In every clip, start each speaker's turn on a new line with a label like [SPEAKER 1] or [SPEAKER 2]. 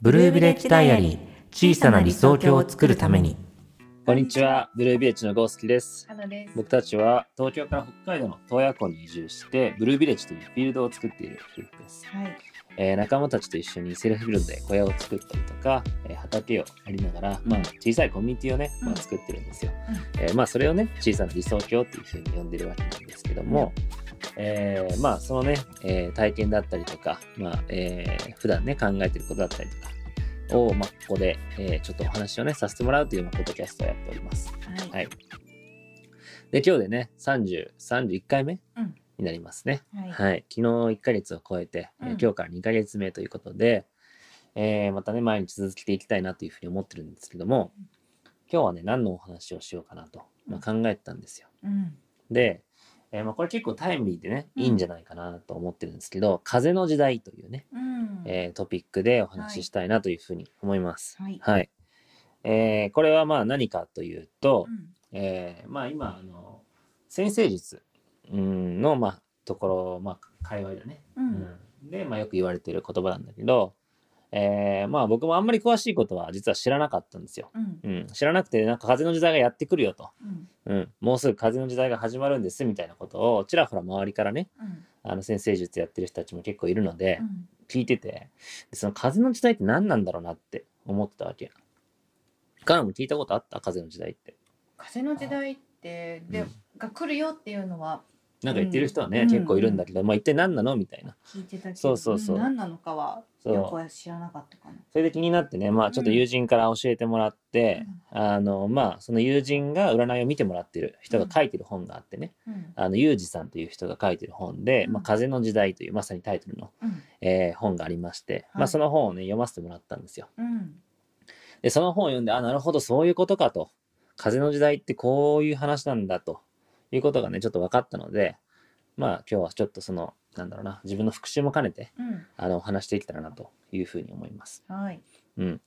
[SPEAKER 1] ブルービレッジダイアリー、小さな理想郷を作るために。
[SPEAKER 2] こんにちは、ブルービレッジのゴースキです。
[SPEAKER 3] 花です。
[SPEAKER 2] 僕たちは東京から北海道の洞爺湖に移住して、ブルービレッジというフィールドを作っているグループです。
[SPEAKER 3] はい。
[SPEAKER 2] えー仲間たちと一緒にセルフビルドで小屋を作ったりとか、えー畑をありながら、
[SPEAKER 3] うん
[SPEAKER 2] まあ、小さいコミュニティをね、ま
[SPEAKER 3] う
[SPEAKER 2] あ、
[SPEAKER 3] ん
[SPEAKER 2] 作ってるんですよ。えーまあ、それをね、小さな理想郷っていうふうに呼んでるわけなんですけども、えーまあ、そのね、えー体験だったりとか、まあ、えー普段ね、考えてることだったりとかを、まあ、ここで、えーちょっとお話をね、させてもらうというようなポッドキャストをやっております。
[SPEAKER 3] は
[SPEAKER 2] は
[SPEAKER 3] い。
[SPEAKER 2] い。で、今日でね、30、31回目
[SPEAKER 3] うん
[SPEAKER 2] になりますね。
[SPEAKER 3] はい。
[SPEAKER 2] はい、昨日1ヶ月を超えて、えー
[SPEAKER 3] うん
[SPEAKER 2] 今日から2ヶ月目ということで、えーまたね毎日続けていきたいなというふうに思ってるんですけども
[SPEAKER 3] うん
[SPEAKER 2] 今日はね何のお話をしようかなと、まあ、考えてたんですよ。
[SPEAKER 3] うん。
[SPEAKER 2] で、えーまあ、これ結構タイムリーでね
[SPEAKER 3] うん
[SPEAKER 2] いいんじゃないかなと思ってるんですけど「風の時代」というね、
[SPEAKER 3] うん。
[SPEAKER 2] えートピックでお話ししたいなというふうに思います。
[SPEAKER 3] はい。
[SPEAKER 2] はいえーこれはまあ何かというと、
[SPEAKER 3] うん。
[SPEAKER 2] えーまあ今あの先生術うんの、まあ、ところ、まあ、界隈だね
[SPEAKER 3] うん。
[SPEAKER 2] で、まあ、よく言われている言葉なんだけど、えーまあ僕もあんまり詳しいことは実は知らなかったんですよ。
[SPEAKER 3] うん。
[SPEAKER 2] うん、知らなくてなんか風の時代がやってくるよと、
[SPEAKER 3] うん。
[SPEAKER 2] うん、もうすぐ風の時代が始まるんですみたいなことをちらほら周りからね
[SPEAKER 3] うん。
[SPEAKER 2] あの先生術やってる人たちも結構いるので
[SPEAKER 3] うん。
[SPEAKER 2] 聞いててでその風の時代って何なんだろうなって思ってたわけ。からも聞いたことあった風の時代って。
[SPEAKER 3] 風の時代って、で、
[SPEAKER 2] うん
[SPEAKER 3] が来るよっていうのは
[SPEAKER 2] なんか言ってる人はね、
[SPEAKER 3] うん
[SPEAKER 2] 結構いるんだけど、まあ一体何なのみたいな。
[SPEAKER 3] 聞いてたけど。
[SPEAKER 2] そうそうそうん
[SPEAKER 3] 何なのかは、
[SPEAKER 2] そう
[SPEAKER 3] よくは知らなかったかな。
[SPEAKER 2] それで気になってね、まあちょっと友人から教えてもらって、あの、まあその友人が占いを見てもらってる人が書いてる本があってね、
[SPEAKER 3] うん。
[SPEAKER 2] あの、ゆうじさんという人が書いてる本で、
[SPEAKER 3] うん
[SPEAKER 2] まあ風の時代というまさにタイトルの、
[SPEAKER 3] うん。
[SPEAKER 2] えー本がありまして、ま
[SPEAKER 3] は
[SPEAKER 2] あ
[SPEAKER 3] い
[SPEAKER 2] その本をね、読ませてもらったんですよ。
[SPEAKER 3] うん。
[SPEAKER 2] で、その本を読んで、あ、なるほど、そういうことかと。風の時代ってこういう話なんだということがね、ちょっと分かったので、まあ今日はちょっとその、なんだろうな、自分の復習も兼ねて、
[SPEAKER 3] うん。
[SPEAKER 2] あの、お話していけたらなというふうに思います。
[SPEAKER 3] はい。
[SPEAKER 2] うん。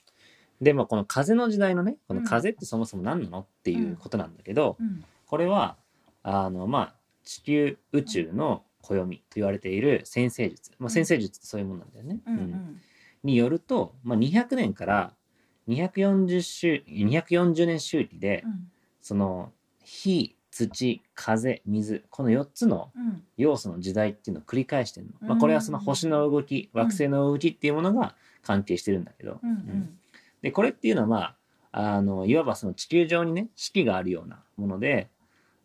[SPEAKER 2] で、まあ、この風の時代のね、この
[SPEAKER 3] うん
[SPEAKER 2] 風ってそもそも何なのっていうことなんだけど、
[SPEAKER 3] うん。
[SPEAKER 2] これは、あの、まあ、地球宇宙の暦と言われている先生術。まあ、先生術ってそういうもんなんだよね。
[SPEAKER 3] うん。う
[SPEAKER 2] うん
[SPEAKER 3] ん。
[SPEAKER 2] によると、まあ、200年から240周、240年周期で、
[SPEAKER 3] うん。
[SPEAKER 2] その、火、土、風、水、この4つの
[SPEAKER 3] うん。
[SPEAKER 2] 要素の時代っていうのを繰り返してるの。まあ、
[SPEAKER 3] うん
[SPEAKER 2] これはその星の動き、惑星の動きっていうものが関係してるんだけど、
[SPEAKER 3] うん。うん。
[SPEAKER 2] でこれっていうのはまああのいわばその地球上にね四季があるようなもので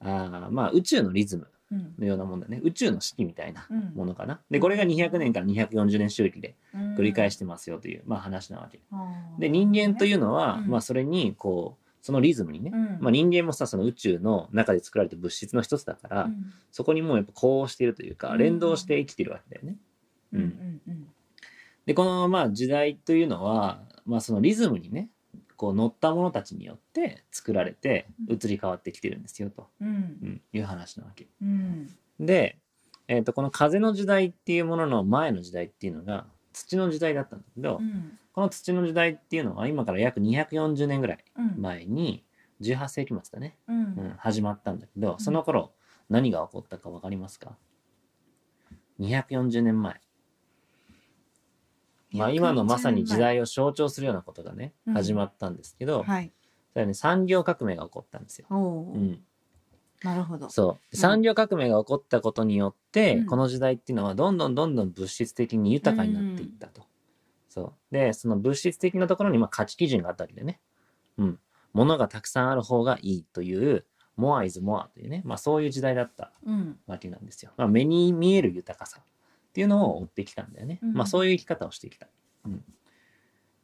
[SPEAKER 2] あーまあ宇宙のリズム
[SPEAKER 3] うん。
[SPEAKER 2] のようなもんだね宇宙の四季みたいな
[SPEAKER 3] うん
[SPEAKER 2] ものかなでこれが200年から240年周期で
[SPEAKER 3] 繰。
[SPEAKER 2] 繰り返しててますよという、まあ、話なわけ
[SPEAKER 3] あー
[SPEAKER 2] で人間というのは、
[SPEAKER 3] うん
[SPEAKER 2] まあ、それにこうそのリズムにね、
[SPEAKER 3] うん
[SPEAKER 2] まあ、人間もさその宇宙の中で作られた物質の一つだから、
[SPEAKER 3] うん
[SPEAKER 2] そこにもうやっぱ呼応しているというか
[SPEAKER 3] うん
[SPEAKER 2] 連動して生きてるわけだよね。
[SPEAKER 3] うん。うん。
[SPEAKER 2] でこのまあ時代というのは、まあ、そのリズムにねこう乗った者たちによって作られて
[SPEAKER 3] うん
[SPEAKER 2] 移り変わってきてるんですよと、
[SPEAKER 3] うん。うん
[SPEAKER 2] う。んいう話なわけ。
[SPEAKER 3] うん。
[SPEAKER 2] で、えー、とこの風の時代っていうものの前の時代っていうのが土の時代だったんだけど、
[SPEAKER 3] うん。
[SPEAKER 2] この土の時代っていうのは今から約240年ぐらい
[SPEAKER 3] うん。
[SPEAKER 2] 前に18世紀末だね、
[SPEAKER 3] う。
[SPEAKER 2] うんん、始まったんだけど
[SPEAKER 3] ん
[SPEAKER 2] その頃何が起こったか分かりますか ?240 年前。まあ、今のまさに時代を象徴するようなことがね、
[SPEAKER 3] うん
[SPEAKER 2] 始まったんですけど、
[SPEAKER 3] はい。
[SPEAKER 2] それはね、産業革命が起こったんですよ。
[SPEAKER 3] おお、
[SPEAKER 2] うん、
[SPEAKER 3] なるほど。
[SPEAKER 2] そうう。
[SPEAKER 3] ん
[SPEAKER 2] 産業革命が起こったことによって、
[SPEAKER 3] うん
[SPEAKER 2] この時代っていうのはどんどんどんどん物質的に豊かになっていったと。そう。で、その物質的なところにまあ価値基準があったわけでね。うん。物がたくさんある方がいいという、モアイズモアというね、まあそういう時代だった
[SPEAKER 3] うん。
[SPEAKER 2] わけなんですよ。まあ、目に見える豊かさっていうのを追ってきたんだよね。
[SPEAKER 3] うん
[SPEAKER 2] まあそういう生き方をしてきた。うん、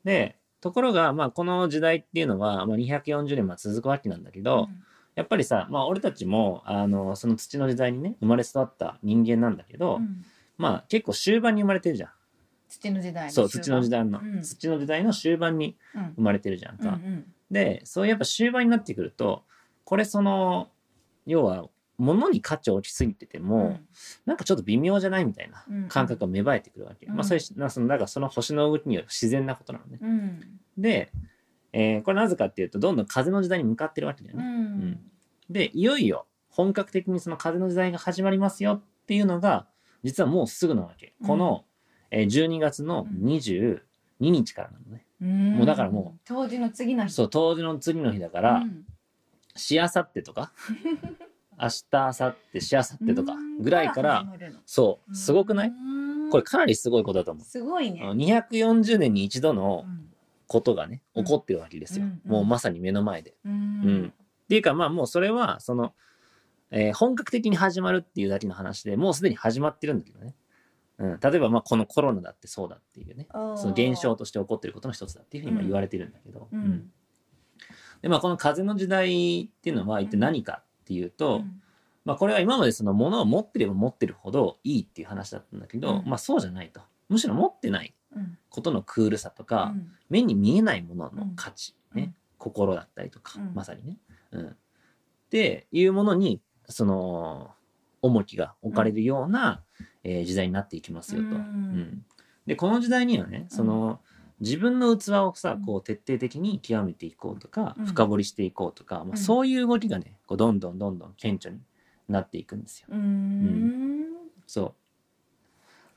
[SPEAKER 2] でところが、まあ、この時代っていうのは、まあ、240年まで続くわけなんだけど、やっぱりさ、まあ、俺たちもあのその土の時代にね生まれ育った人間なんだけど、
[SPEAKER 3] うん
[SPEAKER 2] まあ結構終盤に生まれてるじゃん。
[SPEAKER 3] 土の時代。
[SPEAKER 2] そう土の時代の、
[SPEAKER 3] うん
[SPEAKER 2] 土の時代の終盤に
[SPEAKER 3] 代。
[SPEAKER 2] 生まれてるじゃん
[SPEAKER 3] うん。
[SPEAKER 2] か。
[SPEAKER 3] うん。
[SPEAKER 2] でそうやっぱ終盤になってくるとこれその要は物に価値を置きすぎてても、なんかちょっと微妙じゃないみたいな
[SPEAKER 3] うん
[SPEAKER 2] 感覚が芽生えてくるわけ。
[SPEAKER 3] うん
[SPEAKER 2] まあ、そういうなそのなんかその星の動きによる自然なことなのね。
[SPEAKER 3] うん。
[SPEAKER 2] で、えーこれなぜかっていうと、どんどん風の時代に向かってるわけだよ
[SPEAKER 3] う
[SPEAKER 2] ね。
[SPEAKER 3] ん。
[SPEAKER 2] で、いよいよ本格的にその風の時代が始まりますよっていうのが、実はもうすぐなわけ。
[SPEAKER 3] うん
[SPEAKER 2] この、えー12月の
[SPEAKER 3] うん
[SPEAKER 2] 22日からなのね。
[SPEAKER 3] も
[SPEAKER 2] うだからも
[SPEAKER 3] う当時の次の日
[SPEAKER 2] そう、当時の次の日だから、
[SPEAKER 3] うん
[SPEAKER 2] しあさってと か、明日、明後日、しあさってとかぐらいから、
[SPEAKER 3] うん始まる
[SPEAKER 2] そ
[SPEAKER 3] の
[SPEAKER 2] う、すごくな
[SPEAKER 3] う
[SPEAKER 2] い
[SPEAKER 3] ん
[SPEAKER 2] これかなりすごいことだと思う。
[SPEAKER 3] すごいね、
[SPEAKER 2] 240年に一度
[SPEAKER 3] う
[SPEAKER 2] の
[SPEAKER 3] ん
[SPEAKER 2] ことがね、
[SPEAKER 3] うん
[SPEAKER 2] 起こってるわけですよ
[SPEAKER 3] うん。うん
[SPEAKER 2] もうまさに目の前で。
[SPEAKER 3] う
[SPEAKER 2] うん
[SPEAKER 3] ん
[SPEAKER 2] っていうかまあもうそれはその、えー本格的に始まるっていうだけの話でもうすでに始まってるんだけどね、うん、例えばまあこのコロナだってそうだっていうね
[SPEAKER 3] おー
[SPEAKER 2] その現象として起こってることの一つだっていうふうに今
[SPEAKER 3] うん
[SPEAKER 2] 言われてるんだけど、
[SPEAKER 3] う
[SPEAKER 2] うん
[SPEAKER 3] ん
[SPEAKER 2] でまあ、この風の時代っていうのは一体何かっていうと、まあ、これは今までその物を持ってれば持ってるほどいいっていう話だったんだけど、
[SPEAKER 3] うん
[SPEAKER 2] まあ、そうじゃないとむしろ持ってない
[SPEAKER 3] うん
[SPEAKER 2] ことのクールさとか、
[SPEAKER 3] うん
[SPEAKER 2] 目に見えないものの価値、
[SPEAKER 3] うんう
[SPEAKER 2] ね
[SPEAKER 3] ん
[SPEAKER 2] 心だったりとか、
[SPEAKER 3] うん
[SPEAKER 2] まさにね、うん。っていうものにその重きが置かれるような、えー時代になっていきますよと。
[SPEAKER 3] うん
[SPEAKER 2] うんでこの時代にはねその、自分の器をさこう徹底的に極めていこうとか、
[SPEAKER 3] うん
[SPEAKER 2] 深掘りしていこうとか、ま
[SPEAKER 3] うん
[SPEAKER 2] あ、そういう動きがねこうどんどんどんどん顕著になっていくんですよ。
[SPEAKER 3] うんうん
[SPEAKER 2] そう。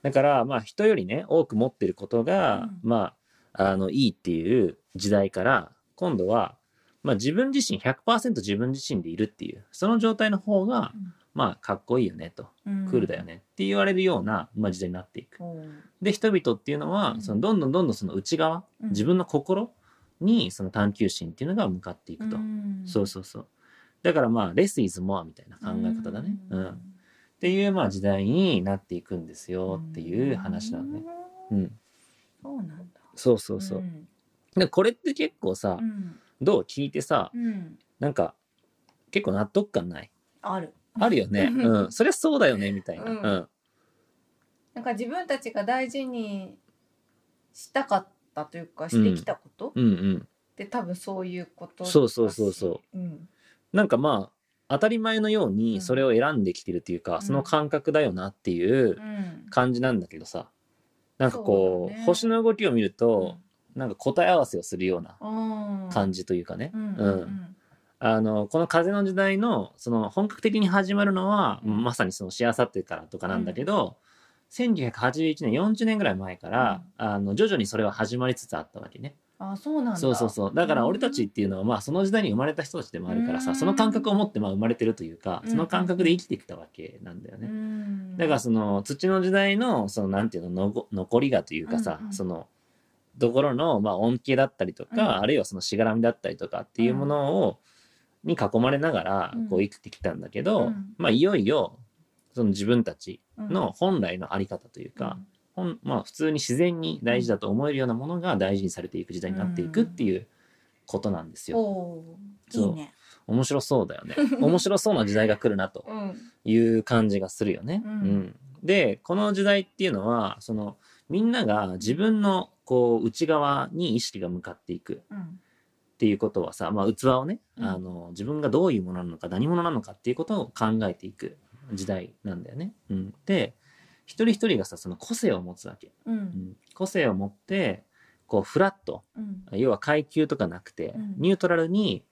[SPEAKER 2] だから、まあ、人よりね、多く持ってることが、
[SPEAKER 3] う
[SPEAKER 2] まあ、あの、いいっていう時代から、今度は、まあ、自分自身、100%自分自身でいるっていう、その状態の方が、まあ、かっこいいよねと、
[SPEAKER 3] うん
[SPEAKER 2] クールだよねって言われるような、まあ、時代になっていく。
[SPEAKER 3] おー
[SPEAKER 2] で、人々っていうの
[SPEAKER 3] う
[SPEAKER 2] は、
[SPEAKER 3] ん
[SPEAKER 2] その、どんどんどんどんその内側、
[SPEAKER 3] うん
[SPEAKER 2] 自分の心に、その探求心っていうのが向かっていくと
[SPEAKER 3] う。ん
[SPEAKER 2] そうそうそう。だから、まあ、less is more みたいな考え方だね。うんっていうまあ時代になっていくんですよっていう話なのね。
[SPEAKER 3] う
[SPEAKER 2] うんん、
[SPEAKER 3] そうなんだ
[SPEAKER 2] そうそうそう。
[SPEAKER 3] ん
[SPEAKER 2] でこれって結構さ、
[SPEAKER 3] うん
[SPEAKER 2] どう聞いてさ
[SPEAKER 3] うん
[SPEAKER 2] なんか結構納得感ない
[SPEAKER 3] ある
[SPEAKER 2] あるよね。
[SPEAKER 3] うん
[SPEAKER 2] うん、そりゃそうだよねみたいな。
[SPEAKER 3] うん
[SPEAKER 2] うん、
[SPEAKER 3] なんか自分たちが大事にしたかったというかしてきたことっ
[SPEAKER 2] うん、うん。
[SPEAKER 3] て多分そういうことだし、
[SPEAKER 2] そうそうそうそう
[SPEAKER 3] ん、
[SPEAKER 2] なんかまあ当たり前のよう
[SPEAKER 3] うん
[SPEAKER 2] にそれを選んできてるっていうか、
[SPEAKER 3] ん
[SPEAKER 2] その感覚だよなっていう
[SPEAKER 3] うん
[SPEAKER 2] 感じなんだけどさ。なんかこ
[SPEAKER 3] そう
[SPEAKER 2] う
[SPEAKER 3] だね
[SPEAKER 2] 星の動きを見ると、なんか答え合わせをするような
[SPEAKER 3] うん
[SPEAKER 2] 感じというかね。
[SPEAKER 3] うんうん
[SPEAKER 2] うんあのこの風の時代のその本格的に始まるのは、
[SPEAKER 3] うん
[SPEAKER 2] まさにそのしあさってからとかなんだけど、1981年40年ぐらい前から、あの徐々にそれは始まりつつあったわけね
[SPEAKER 3] あそうなんだ
[SPEAKER 2] そうそうそうだから俺たちっていうのは、まあ、その時代に生まれた人たちでもあるからさ、その感覚を持ってまあ生まれてるというか
[SPEAKER 3] うん
[SPEAKER 2] その感覚で生きてきたわけなんだよね、
[SPEAKER 3] ん
[SPEAKER 2] だからその土の時代のそのなんていうののこ残りがというかさ、
[SPEAKER 3] うんうん
[SPEAKER 2] そのところのまあ恩恵だったりとか、
[SPEAKER 3] うん
[SPEAKER 2] あるいはそのしがらみだったりとかっていうものを、に囲まれながら
[SPEAKER 3] うん
[SPEAKER 2] こう生きてきたんだけど、
[SPEAKER 3] うん
[SPEAKER 2] まあいよいよその自分たち
[SPEAKER 3] うん
[SPEAKER 2] の本来のあり方というか、ほんまあ、普通に自然に大事だと思えるようなものが大事にされていく時代になっていくっていうことなんです
[SPEAKER 3] うん
[SPEAKER 2] よ。
[SPEAKER 3] おーい
[SPEAKER 2] そう
[SPEAKER 3] いね
[SPEAKER 2] 面白そうだよね。面白そうな時代が来るなと
[SPEAKER 3] うん
[SPEAKER 2] いう感じがするよね。
[SPEAKER 3] うん
[SPEAKER 2] うんでこの時代っていうのはそのみんなが自分のこう内側に意識が向かっていく
[SPEAKER 3] うん
[SPEAKER 2] っていうことはさ、まあ、器をね、
[SPEAKER 3] うん
[SPEAKER 2] あの自分がどういうものなのか何者なのかっていうことを考えていく時代なんだよね。うん、で一人一人がさその個性を持つわけ。
[SPEAKER 3] う
[SPEAKER 2] うんん、個性を持ってこうフラット
[SPEAKER 3] うん
[SPEAKER 2] 要は階級とかなくて、
[SPEAKER 3] うん
[SPEAKER 2] ニュートラルに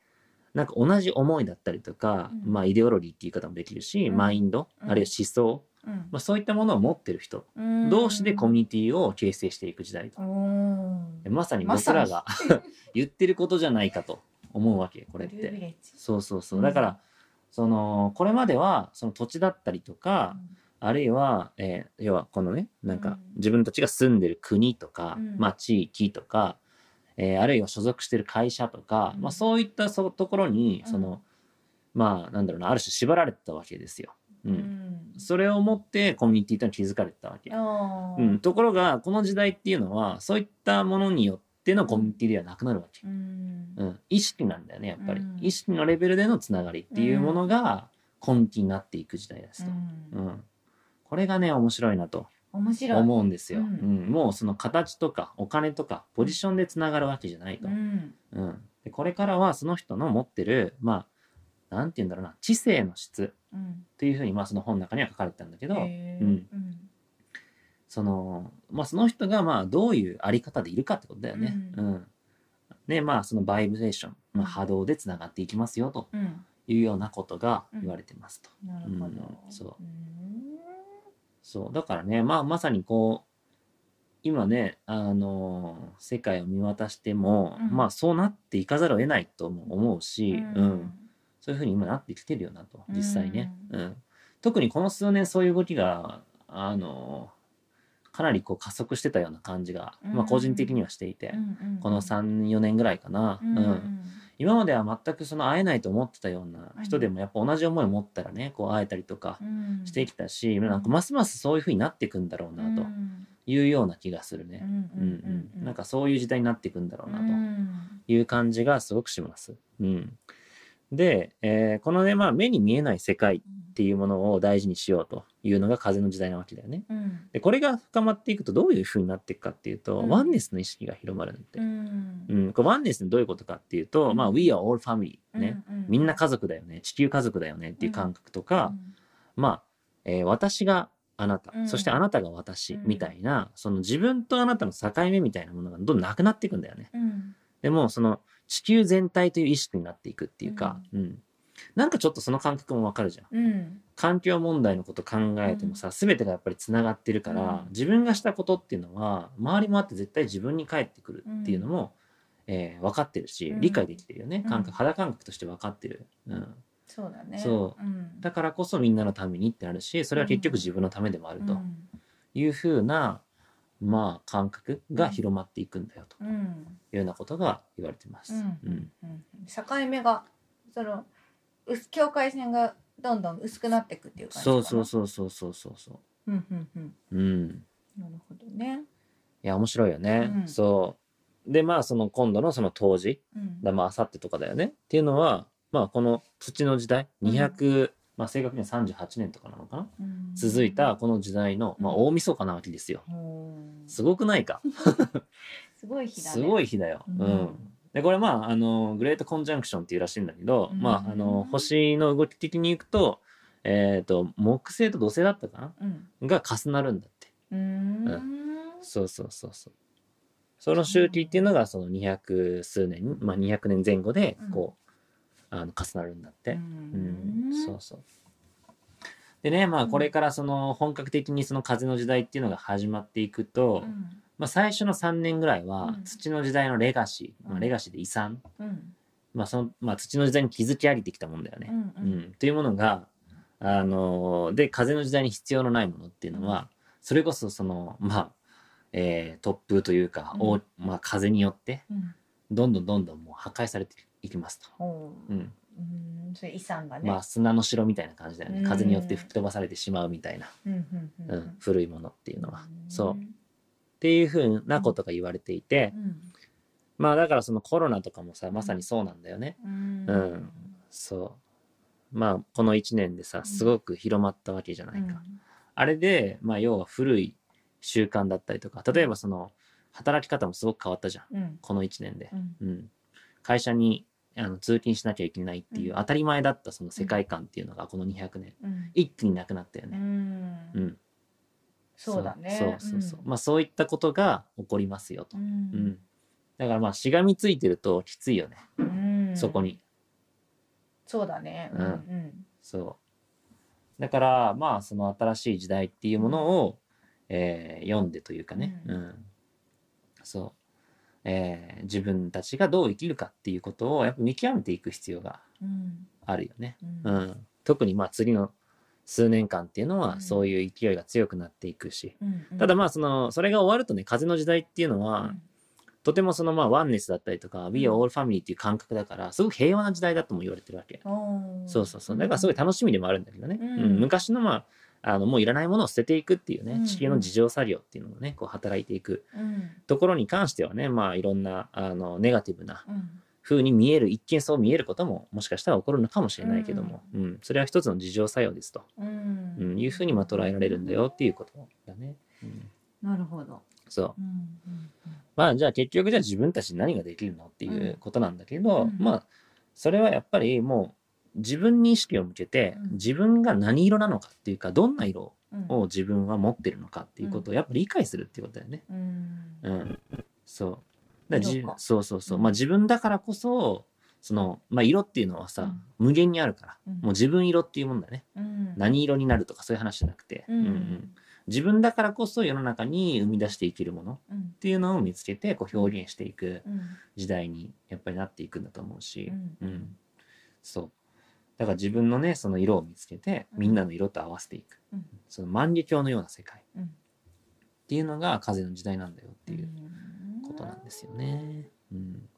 [SPEAKER 2] なんか同じ思いだったりとか、
[SPEAKER 3] うん
[SPEAKER 2] まあイデオロギーっていう言い方もできるし、
[SPEAKER 3] うん
[SPEAKER 2] マインド、
[SPEAKER 3] うん
[SPEAKER 2] あるいは思想、
[SPEAKER 3] うん
[SPEAKER 2] まあ、そういったものを持ってる人
[SPEAKER 3] うん
[SPEAKER 2] 同士でコミュニティを形成していく時代と、
[SPEAKER 3] お
[SPEAKER 2] で
[SPEAKER 3] ー
[SPEAKER 2] まさに
[SPEAKER 3] ま
[SPEAKER 2] 僕
[SPEAKER 3] さに
[SPEAKER 2] ら が言ってることじゃないかと思うわけこれっ
[SPEAKER 3] ブルービ
[SPEAKER 2] て
[SPEAKER 3] レッジ
[SPEAKER 2] そうそうそううんだから、そのこれまではその土地だったりとか、あるいは、えー要はこのねなん
[SPEAKER 3] う
[SPEAKER 2] か
[SPEAKER 3] ん
[SPEAKER 2] 自分たちが住んでる国とか、
[SPEAKER 3] うん
[SPEAKER 2] まあ、地域とか、えーあるいは所属してる会社とか、
[SPEAKER 3] うん
[SPEAKER 2] まあ、そういったそところに
[SPEAKER 3] うん
[SPEAKER 2] その、まあなんだろうなある種縛られてたわけですよ。う
[SPEAKER 3] うんん
[SPEAKER 2] それをもってコミュニティというのは築かれてたわけ、
[SPEAKER 3] あー
[SPEAKER 2] うん、ところがこの時代っていうのはそういったものによってのコミュニティではなくなるわけ、
[SPEAKER 3] うん
[SPEAKER 2] うん、意識なんだよねやっぱり、
[SPEAKER 3] うん
[SPEAKER 2] 意識のレベルでのつながりっていうものが根気になっていく時代ですと、
[SPEAKER 3] うん
[SPEAKER 2] うん、これがね面白いなと
[SPEAKER 3] 面白い
[SPEAKER 2] 思うんですよ、
[SPEAKER 3] う
[SPEAKER 2] うんんもうその形とかお金とかポジションでつながるわけじゃないと、
[SPEAKER 3] うん
[SPEAKER 2] うんでこれからはその人の持ってるまあなんて言うんだろうな知性の質
[SPEAKER 3] うん
[SPEAKER 2] というふうにまあその本の中には書かれてたんだけど、
[SPEAKER 3] へー
[SPEAKER 2] うん
[SPEAKER 3] うん
[SPEAKER 2] そのまあその人がまあどういうあり方でいるかってことだよね。
[SPEAKER 3] う
[SPEAKER 2] うんでまあそのバイブレーション、まあ、波動でつながっていきますよと
[SPEAKER 3] うん
[SPEAKER 2] いうようなことが言われてますと。
[SPEAKER 3] なるほど
[SPEAKER 2] うんそう
[SPEAKER 3] うん
[SPEAKER 2] そうだからね、まあ、まさにこ今ね、あのー世界を見渡しても、
[SPEAKER 3] うん
[SPEAKER 2] まあそうなっていかざるを得ないとも思うし、うんそういうふうに今なってきてるよなと実際ね、
[SPEAKER 3] う
[SPEAKER 2] うん特にこの数年そういう動きが、あのーかなりこう加速してたような感じが、
[SPEAKER 3] う
[SPEAKER 2] まあ、
[SPEAKER 3] ん
[SPEAKER 2] 個人的にはしていて、
[SPEAKER 3] うん
[SPEAKER 2] この34年ぐらいかな、
[SPEAKER 3] うん
[SPEAKER 2] うん今までは全くその会えないと思ってたような人でもやっぱ同じ思いを持ったらねこう会えたりとか
[SPEAKER 3] うん
[SPEAKER 2] してきたし、なんかますますそういうふうになっていくんだろうなと
[SPEAKER 3] うん
[SPEAKER 2] いうような気がするね。
[SPEAKER 3] うん
[SPEAKER 2] うんうん、なんかそういう時代になっていくんだろうなと
[SPEAKER 3] うん
[SPEAKER 2] いう感じがすごくします。うん、で、えーこのね、まあ、目に見えない世界っていうものを大事にしようというのが風の時代なわけだよね。
[SPEAKER 3] うん
[SPEAKER 2] でこれが深まっていくとどういうふうになっていくかっていうと、
[SPEAKER 3] うん
[SPEAKER 2] ワンネスの意識が広まるんだって。
[SPEAKER 3] う
[SPEAKER 2] うん
[SPEAKER 3] ん
[SPEAKER 2] これワンネスってどういうことかっていうと、まあ、We are all family、ね
[SPEAKER 3] うう
[SPEAKER 2] みんな家族だよね地球家族だよねっていう感覚とか、まあ、えー私があなた、
[SPEAKER 3] うん
[SPEAKER 2] そしてあなたが私
[SPEAKER 3] うん
[SPEAKER 2] みたいな、その自分とあなたの境目みたいなものがどんどんなくなっていくんだよね。
[SPEAKER 3] うん
[SPEAKER 2] でも、その地球全体という意識になっていくっていうか、うん。なんかちょっとその感覚もわかるじゃん。
[SPEAKER 3] うん
[SPEAKER 2] 環境問題のこと考えてもさ、すべてがやっぱりつながってるから、
[SPEAKER 3] うん
[SPEAKER 2] 自分がしたことっていうのは、周りもあって絶対自分に返ってくるっていうのも、えー分かってるし
[SPEAKER 3] う、ん
[SPEAKER 2] 理解できてるよね。感
[SPEAKER 3] うん
[SPEAKER 2] 覚、肌感覚として分かってる。うん。
[SPEAKER 3] そうだね
[SPEAKER 2] そ
[SPEAKER 3] うん
[SPEAKER 2] だからこそみんなのためにってなるし、それは結局自分のためでもあると。
[SPEAKER 3] うん
[SPEAKER 2] いうふうな、まあ、感覚が広まっていくんだよと
[SPEAKER 3] う
[SPEAKER 2] い
[SPEAKER 3] ん
[SPEAKER 2] うようなことが言われてます。
[SPEAKER 3] うんうん境目がその薄境界線がどんどん薄くなっていくっていう感じか
[SPEAKER 2] そ
[SPEAKER 3] な
[SPEAKER 2] うそうそうそうそうそうそ
[SPEAKER 3] うんうんうん
[SPEAKER 2] う。うん。
[SPEAKER 3] なるほどね
[SPEAKER 2] いや面白いよね。
[SPEAKER 3] うん
[SPEAKER 2] そう。でまあその今度のその当時
[SPEAKER 3] うん
[SPEAKER 2] だまあ明後日とかだよねっていうのはまあこの土の時代200、まあ正確には38年とかなのかな
[SPEAKER 3] うん
[SPEAKER 2] 続いたこの時代の、まあ、大晦日なわけですよ。
[SPEAKER 3] ほう
[SPEAKER 2] すごくないか
[SPEAKER 3] すごい日だ
[SPEAKER 2] す
[SPEAKER 3] ね
[SPEAKER 2] ごい日だよ。
[SPEAKER 3] うん
[SPEAKER 2] うん。でこれまああのグレートコンジャンクションっていうらしいんだけど、
[SPEAKER 3] うん
[SPEAKER 2] まああの星の動き的にいくと,、えー、と木星と土星だったかな
[SPEAKER 3] うん
[SPEAKER 2] が重なるんだって
[SPEAKER 3] うーん
[SPEAKER 2] うそうそうそうそうその周期っていうのがその200数年、まあ、200年前後でこう、あの重なるんだって
[SPEAKER 3] う、
[SPEAKER 2] うん
[SPEAKER 3] ん
[SPEAKER 2] そうそうでねまあこれからその本格的にその風の時代っていうのが始まっていくと、
[SPEAKER 3] うん
[SPEAKER 2] まあ、最初の3年ぐらいは
[SPEAKER 3] うん
[SPEAKER 2] 土の時代のレガシー、ま
[SPEAKER 3] う
[SPEAKER 2] あ、
[SPEAKER 3] ん
[SPEAKER 2] レガシーで遺産、
[SPEAKER 3] うん
[SPEAKER 2] まあそのまあ、土の時代に築き上げてきたもんだよ
[SPEAKER 3] う
[SPEAKER 2] ね。
[SPEAKER 3] んう
[SPEAKER 2] うん
[SPEAKER 3] ん
[SPEAKER 2] というものが、あのーで風の時代に必要のないものっていうのはそれこそそのまあ、えー突風というか、お
[SPEAKER 3] うん
[SPEAKER 2] まあ、風によって
[SPEAKER 3] うん
[SPEAKER 2] どんどんどんどんもう破壊されていきますと。
[SPEAKER 3] ほう
[SPEAKER 2] うん
[SPEAKER 3] うんそれ遺産がね
[SPEAKER 2] まあ、砂の城みたいな感じだよね
[SPEAKER 3] うん
[SPEAKER 2] 風によって吹き飛ばされてしまうみたいな、
[SPEAKER 3] うんうんう
[SPEAKER 2] う
[SPEAKER 3] んうん
[SPEAKER 2] ん、古いものっていうのは。そうっ
[SPEAKER 3] ん
[SPEAKER 2] ていうふうなことが言われていて、
[SPEAKER 3] うん
[SPEAKER 2] まあだからそのコロナとかもさまさにそうなんだよね。
[SPEAKER 3] うん
[SPEAKER 2] うんそうまあこの1年でさすごく広まったわけじゃないか。あれでまあ要は古い習慣だったりとか例えばその働き方もすごく変わったじゃん
[SPEAKER 3] うん
[SPEAKER 2] この1年で
[SPEAKER 3] う。ん
[SPEAKER 2] うん、会社にあの通勤しなきゃいけないっていう
[SPEAKER 3] うん
[SPEAKER 2] 当たり前だったその世界観っていうのがこの200年
[SPEAKER 3] うん
[SPEAKER 2] 一気になくなったよ
[SPEAKER 3] う
[SPEAKER 2] ね。
[SPEAKER 3] ん
[SPEAKER 2] うん、
[SPEAKER 3] そうだね
[SPEAKER 2] そうそうそう、まあそういったことが起こりますよと。
[SPEAKER 3] ん
[SPEAKER 2] うんだからまあしがみついてるときついよね、
[SPEAKER 3] うん
[SPEAKER 2] そこに。
[SPEAKER 3] そうだね
[SPEAKER 2] うん
[SPEAKER 3] うん
[SPEAKER 2] そう。だから、まあ、その新しい時代っていうものを、えー読んでというかね、う
[SPEAKER 3] うん
[SPEAKER 2] ん。そう。えー自分たちがどう生きるかっていうことを、やっぱ見極めていく必要が
[SPEAKER 3] うん
[SPEAKER 2] あるよね。
[SPEAKER 3] うん
[SPEAKER 2] う
[SPEAKER 3] うん
[SPEAKER 2] ん。特に、まあ、次の数年間っていうの
[SPEAKER 3] う
[SPEAKER 2] は、
[SPEAKER 3] ん
[SPEAKER 2] そういう勢いが強くなっていくし。
[SPEAKER 3] うん
[SPEAKER 2] ただまあそのそれが終わるとね風の時代っていうの
[SPEAKER 3] う
[SPEAKER 2] は、
[SPEAKER 3] ん
[SPEAKER 2] とてもそのまあワンネスだったりとか「We are all family」っていう感覚だからすごく平和な時代だとも言われてるわけ。
[SPEAKER 3] おー
[SPEAKER 2] そうそうそう。だからすごい楽しみでもあるんだけどね。
[SPEAKER 3] うん
[SPEAKER 2] うん昔のまあ、あの、もういらないものを捨てていくっていう
[SPEAKER 3] う
[SPEAKER 2] ね
[SPEAKER 3] ん、
[SPEAKER 2] 地球の自浄作業っていうのをね、こう働いていく
[SPEAKER 3] うん
[SPEAKER 2] ところに関してはね、まあいろんな、あの、ネガティブな
[SPEAKER 3] うん
[SPEAKER 2] 風に見える、一見そう見えることももしかしたら起こるのかもしれないけども、うん、それは一つの自浄作用ですと、
[SPEAKER 3] うん
[SPEAKER 2] うん、いうふうにまあ捉えられるんだよっていうことだね。うん、
[SPEAKER 3] なるほど
[SPEAKER 2] そう。
[SPEAKER 3] うんうん
[SPEAKER 2] まあじゃあ結局じゃあ自分たちに何ができるのっていうことなんだけど、
[SPEAKER 3] うん
[SPEAKER 2] まあそれはやっぱりもう自分に意識を向けて
[SPEAKER 3] うん
[SPEAKER 2] 自分が何色なのかっていうかどんな色
[SPEAKER 3] うん
[SPEAKER 2] を自分は持ってるのかっていうことをやっぱり理解するっていうことだよね。
[SPEAKER 3] うん
[SPEAKER 2] うん、そうだからじ
[SPEAKER 3] 色か
[SPEAKER 2] そうそうそう、
[SPEAKER 3] うん
[SPEAKER 2] まあ自分だからこそその、まあ、色っていうのはさ、
[SPEAKER 3] うん
[SPEAKER 2] 無限にあるから、
[SPEAKER 3] うん
[SPEAKER 2] もう自分色っていうもんだね、
[SPEAKER 3] うん
[SPEAKER 2] 何色になるとかそういう話じゃなくて、
[SPEAKER 3] うん
[SPEAKER 2] うん自分だからこそ世の中に生み出していけるものっ
[SPEAKER 3] うん
[SPEAKER 2] ていうのを見つけてこう表現していく
[SPEAKER 3] うん
[SPEAKER 2] 時代にやっぱりなっていくんだと思うし、
[SPEAKER 3] う
[SPEAKER 2] うんん、そうだから自分のねその色を見つけて
[SPEAKER 3] うん
[SPEAKER 2] みんなの色と合わせていく、
[SPEAKER 3] うん
[SPEAKER 2] その万華鏡のような世界っ
[SPEAKER 3] うん
[SPEAKER 2] ていうのが風の時代なんだよっていう
[SPEAKER 3] う
[SPEAKER 2] ことなんですよね。うん、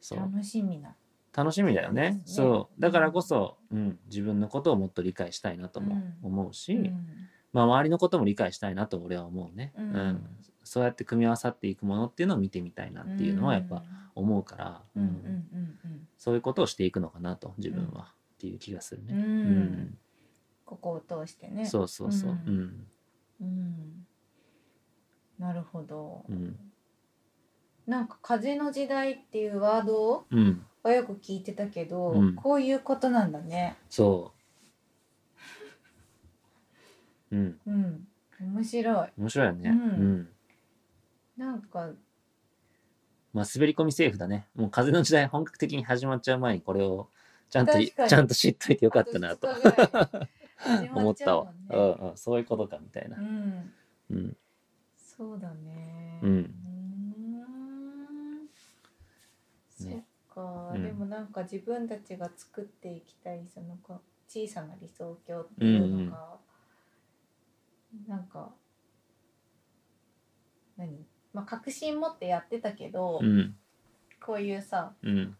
[SPEAKER 2] そう
[SPEAKER 3] 楽しみな
[SPEAKER 2] 楽しみだよね
[SPEAKER 3] そうですね
[SPEAKER 2] そうだからこそ、うん、自分のことをもっと理解したいなとも
[SPEAKER 3] うん
[SPEAKER 2] 思うし、
[SPEAKER 3] うん
[SPEAKER 2] まあ、周りのことも理解したいなと俺は思うね、
[SPEAKER 3] うん
[SPEAKER 2] そうやって組み合わさっていくものっていうのを見てみたいなっていうのはやっぱ思うから、
[SPEAKER 3] うん
[SPEAKER 2] うんそういうことをしていくのかなと自分は、っていう気がする
[SPEAKER 3] うんうんうんう
[SPEAKER 2] ね。うん
[SPEAKER 3] ここを通してね
[SPEAKER 2] んそうそうそう、う
[SPEAKER 3] うん
[SPEAKER 2] ん
[SPEAKER 3] うんなるほど
[SPEAKER 2] うん
[SPEAKER 3] なんか風の時代っていうワード
[SPEAKER 2] うん、
[SPEAKER 3] はよく聞いてたけど
[SPEAKER 2] うん
[SPEAKER 3] こういうことなんだね
[SPEAKER 2] そう、うん、
[SPEAKER 3] うん面白い
[SPEAKER 2] 面白いよね、
[SPEAKER 3] うん
[SPEAKER 2] うん
[SPEAKER 3] なんか
[SPEAKER 2] まあ、滑り込みセーフだね。もう風の時代本格的に始まっちゃう前にこれをちゃんと
[SPEAKER 3] 確かに
[SPEAKER 2] ちゃんと知っといてよかったなと
[SPEAKER 3] あ二日ぐらい始ま
[SPEAKER 2] 思っ
[SPEAKER 3] ちゃ
[SPEAKER 2] た
[SPEAKER 3] う
[SPEAKER 2] わ
[SPEAKER 3] もん。ね
[SPEAKER 2] うんうん、そういうことかみたいうな。
[SPEAKER 3] ん
[SPEAKER 2] うん、
[SPEAKER 3] そうだね
[SPEAKER 2] うん
[SPEAKER 3] うーんそっ
[SPEAKER 2] ね
[SPEAKER 3] か、
[SPEAKER 2] うん
[SPEAKER 3] でもなんか自分たちが作っていきたいそのこ小さな理想郷っていうのが、なんか何まあ確信持ってやってたけど、
[SPEAKER 2] うん、
[SPEAKER 3] こういうさ
[SPEAKER 2] うん、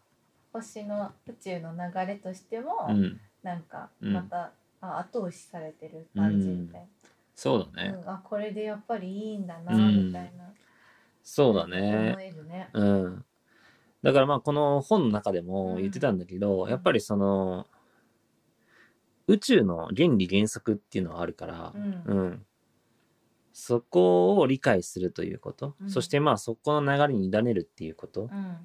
[SPEAKER 3] 星の宇宙の流れとしても、
[SPEAKER 2] うん、
[SPEAKER 3] なんか
[SPEAKER 2] うん
[SPEAKER 3] また、あ後押しされてる感じみたい
[SPEAKER 2] そうだ
[SPEAKER 3] な、
[SPEAKER 2] ね。
[SPEAKER 3] うんあこれでやっぱりいいんだな
[SPEAKER 2] うん
[SPEAKER 3] みたいな、
[SPEAKER 2] そうだ
[SPEAKER 3] 思
[SPEAKER 2] ね。
[SPEAKER 3] えるね。
[SPEAKER 2] うん。だからまあこの本の中でも言ってたんだけど、
[SPEAKER 3] うん
[SPEAKER 2] やっぱりその宇宙の原理原則っていうのはあるから、
[SPEAKER 3] うん
[SPEAKER 2] うん、そこを理解するということ、
[SPEAKER 3] うん
[SPEAKER 2] そしてまあそこの流れに委ねるっていうこと、
[SPEAKER 3] う
[SPEAKER 2] っ
[SPEAKER 3] ん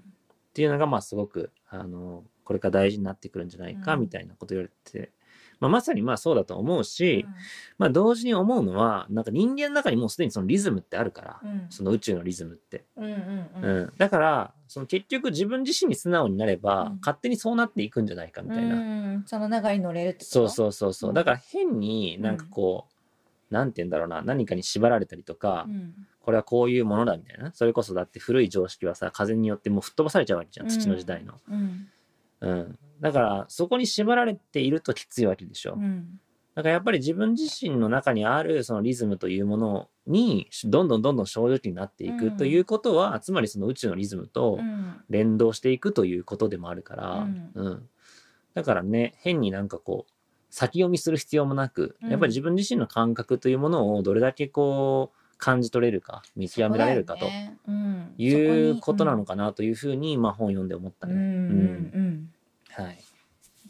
[SPEAKER 2] ていうのがまあすごくあのこれから大事になってくるんじゃないか
[SPEAKER 3] うん
[SPEAKER 2] みたいなこと言われて、まあ、まさにまあそうだと思うし、まあ同時に思うのはなんか人間の中にもうすでにそのリズムってあるから、
[SPEAKER 3] うん
[SPEAKER 2] その宇宙のリズムって。
[SPEAKER 3] うんうんうん
[SPEAKER 2] うん、だからその結局自分自身に素直になれば、
[SPEAKER 3] うん
[SPEAKER 2] 勝手にそうなっていくんじゃないかみたいな、
[SPEAKER 3] うんその流れに乗れるってこと
[SPEAKER 2] そうそうそうそううんだから変になんかこう、なんて言うんだろうな何かに縛られたりとか、
[SPEAKER 3] うん
[SPEAKER 2] これはこういうものだみたいなそれこそだって古い常識はさ風によってもう吹っ飛ばされちゃうわけじゃん土の時代の、
[SPEAKER 3] うん
[SPEAKER 2] うんだからそこに縛られているときついわけでしょ、
[SPEAKER 3] うん
[SPEAKER 2] だからやっぱり自分自身の中にあるそのリズムというものにどんどんどんどん正直になっていくということは、つまりその宇宙のリズムと、
[SPEAKER 3] うん
[SPEAKER 2] 連動していくということでもあるから、
[SPEAKER 3] うん
[SPEAKER 2] だからね変になんかこう先読みする必要もなく、
[SPEAKER 3] うん
[SPEAKER 2] やっぱり自分自身の感覚というものをどれだけこう感じ取れるか見極められるかと
[SPEAKER 3] そうだよねうん
[SPEAKER 2] いうことなのかなというふうに、まあ、本読んで思った
[SPEAKER 3] そこに
[SPEAKER 2] ね。
[SPEAKER 3] うんうんうんうん
[SPEAKER 2] はい
[SPEAKER 3] やっ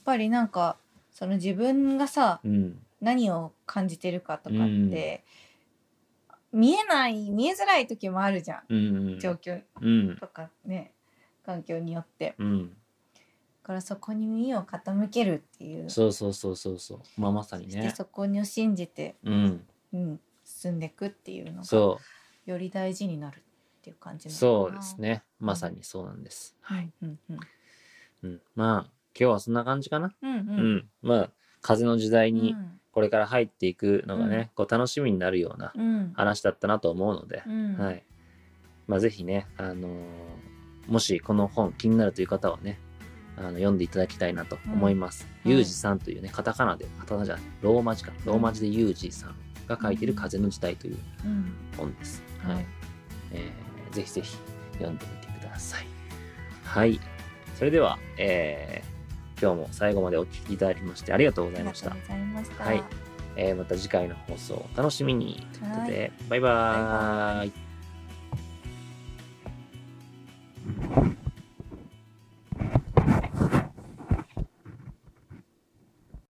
[SPEAKER 3] ぱりなんかその自分がさ
[SPEAKER 2] うん
[SPEAKER 3] 何を感じてるかとかって見えない見えづらい時もあるじゃ
[SPEAKER 2] うんうんん
[SPEAKER 3] 状況
[SPEAKER 2] うん
[SPEAKER 3] とかね環境によって
[SPEAKER 2] うん
[SPEAKER 3] だからそこに耳を傾けるっていう
[SPEAKER 2] そうそうそうそうそうまあまさに
[SPEAKER 3] そして
[SPEAKER 2] ね。
[SPEAKER 3] そこを信じて
[SPEAKER 2] うん、
[SPEAKER 3] うん進んでいくっていうのが
[SPEAKER 2] そ
[SPEAKER 3] より大事になるっていう感じ
[SPEAKER 2] う
[SPEAKER 3] なの
[SPEAKER 2] そ
[SPEAKER 3] か
[SPEAKER 2] う
[SPEAKER 3] な
[SPEAKER 2] です。ねまさにそうなんです。
[SPEAKER 3] はい。うんうん
[SPEAKER 2] うん、まあ今日はそんな感じかな。
[SPEAKER 3] うんう
[SPEAKER 2] うん
[SPEAKER 3] うん
[SPEAKER 2] ん、まあ風の時代
[SPEAKER 3] う
[SPEAKER 2] に、
[SPEAKER 3] ん
[SPEAKER 2] これから入っていくのがね、こう楽しみになるような
[SPEAKER 3] うん
[SPEAKER 2] 話だったなと思うので、
[SPEAKER 3] うん
[SPEAKER 2] はいまあ、ぜひね、あのーもしこの本気になるという方はねあの読んでいただきたいなと思います。
[SPEAKER 3] うん
[SPEAKER 2] ユージさんというね、カタカナで、カタカナじゃない、ローマ字か、ローマ字でユージさんが書いてる風の時代という
[SPEAKER 3] うん
[SPEAKER 2] 本です。
[SPEAKER 3] は
[SPEAKER 2] はいい。えーぜひぜひ読んでみてください。はい。それでは、えー今日も最後までお聞きいただきましてありがとうご
[SPEAKER 3] あ
[SPEAKER 2] ざい
[SPEAKER 3] りが
[SPEAKER 2] まし
[SPEAKER 3] とう
[SPEAKER 2] た。
[SPEAKER 3] ございました。
[SPEAKER 2] はいえーまた次回の放送をお楽しみにということで、バイ
[SPEAKER 3] バ
[SPEAKER 2] バーイ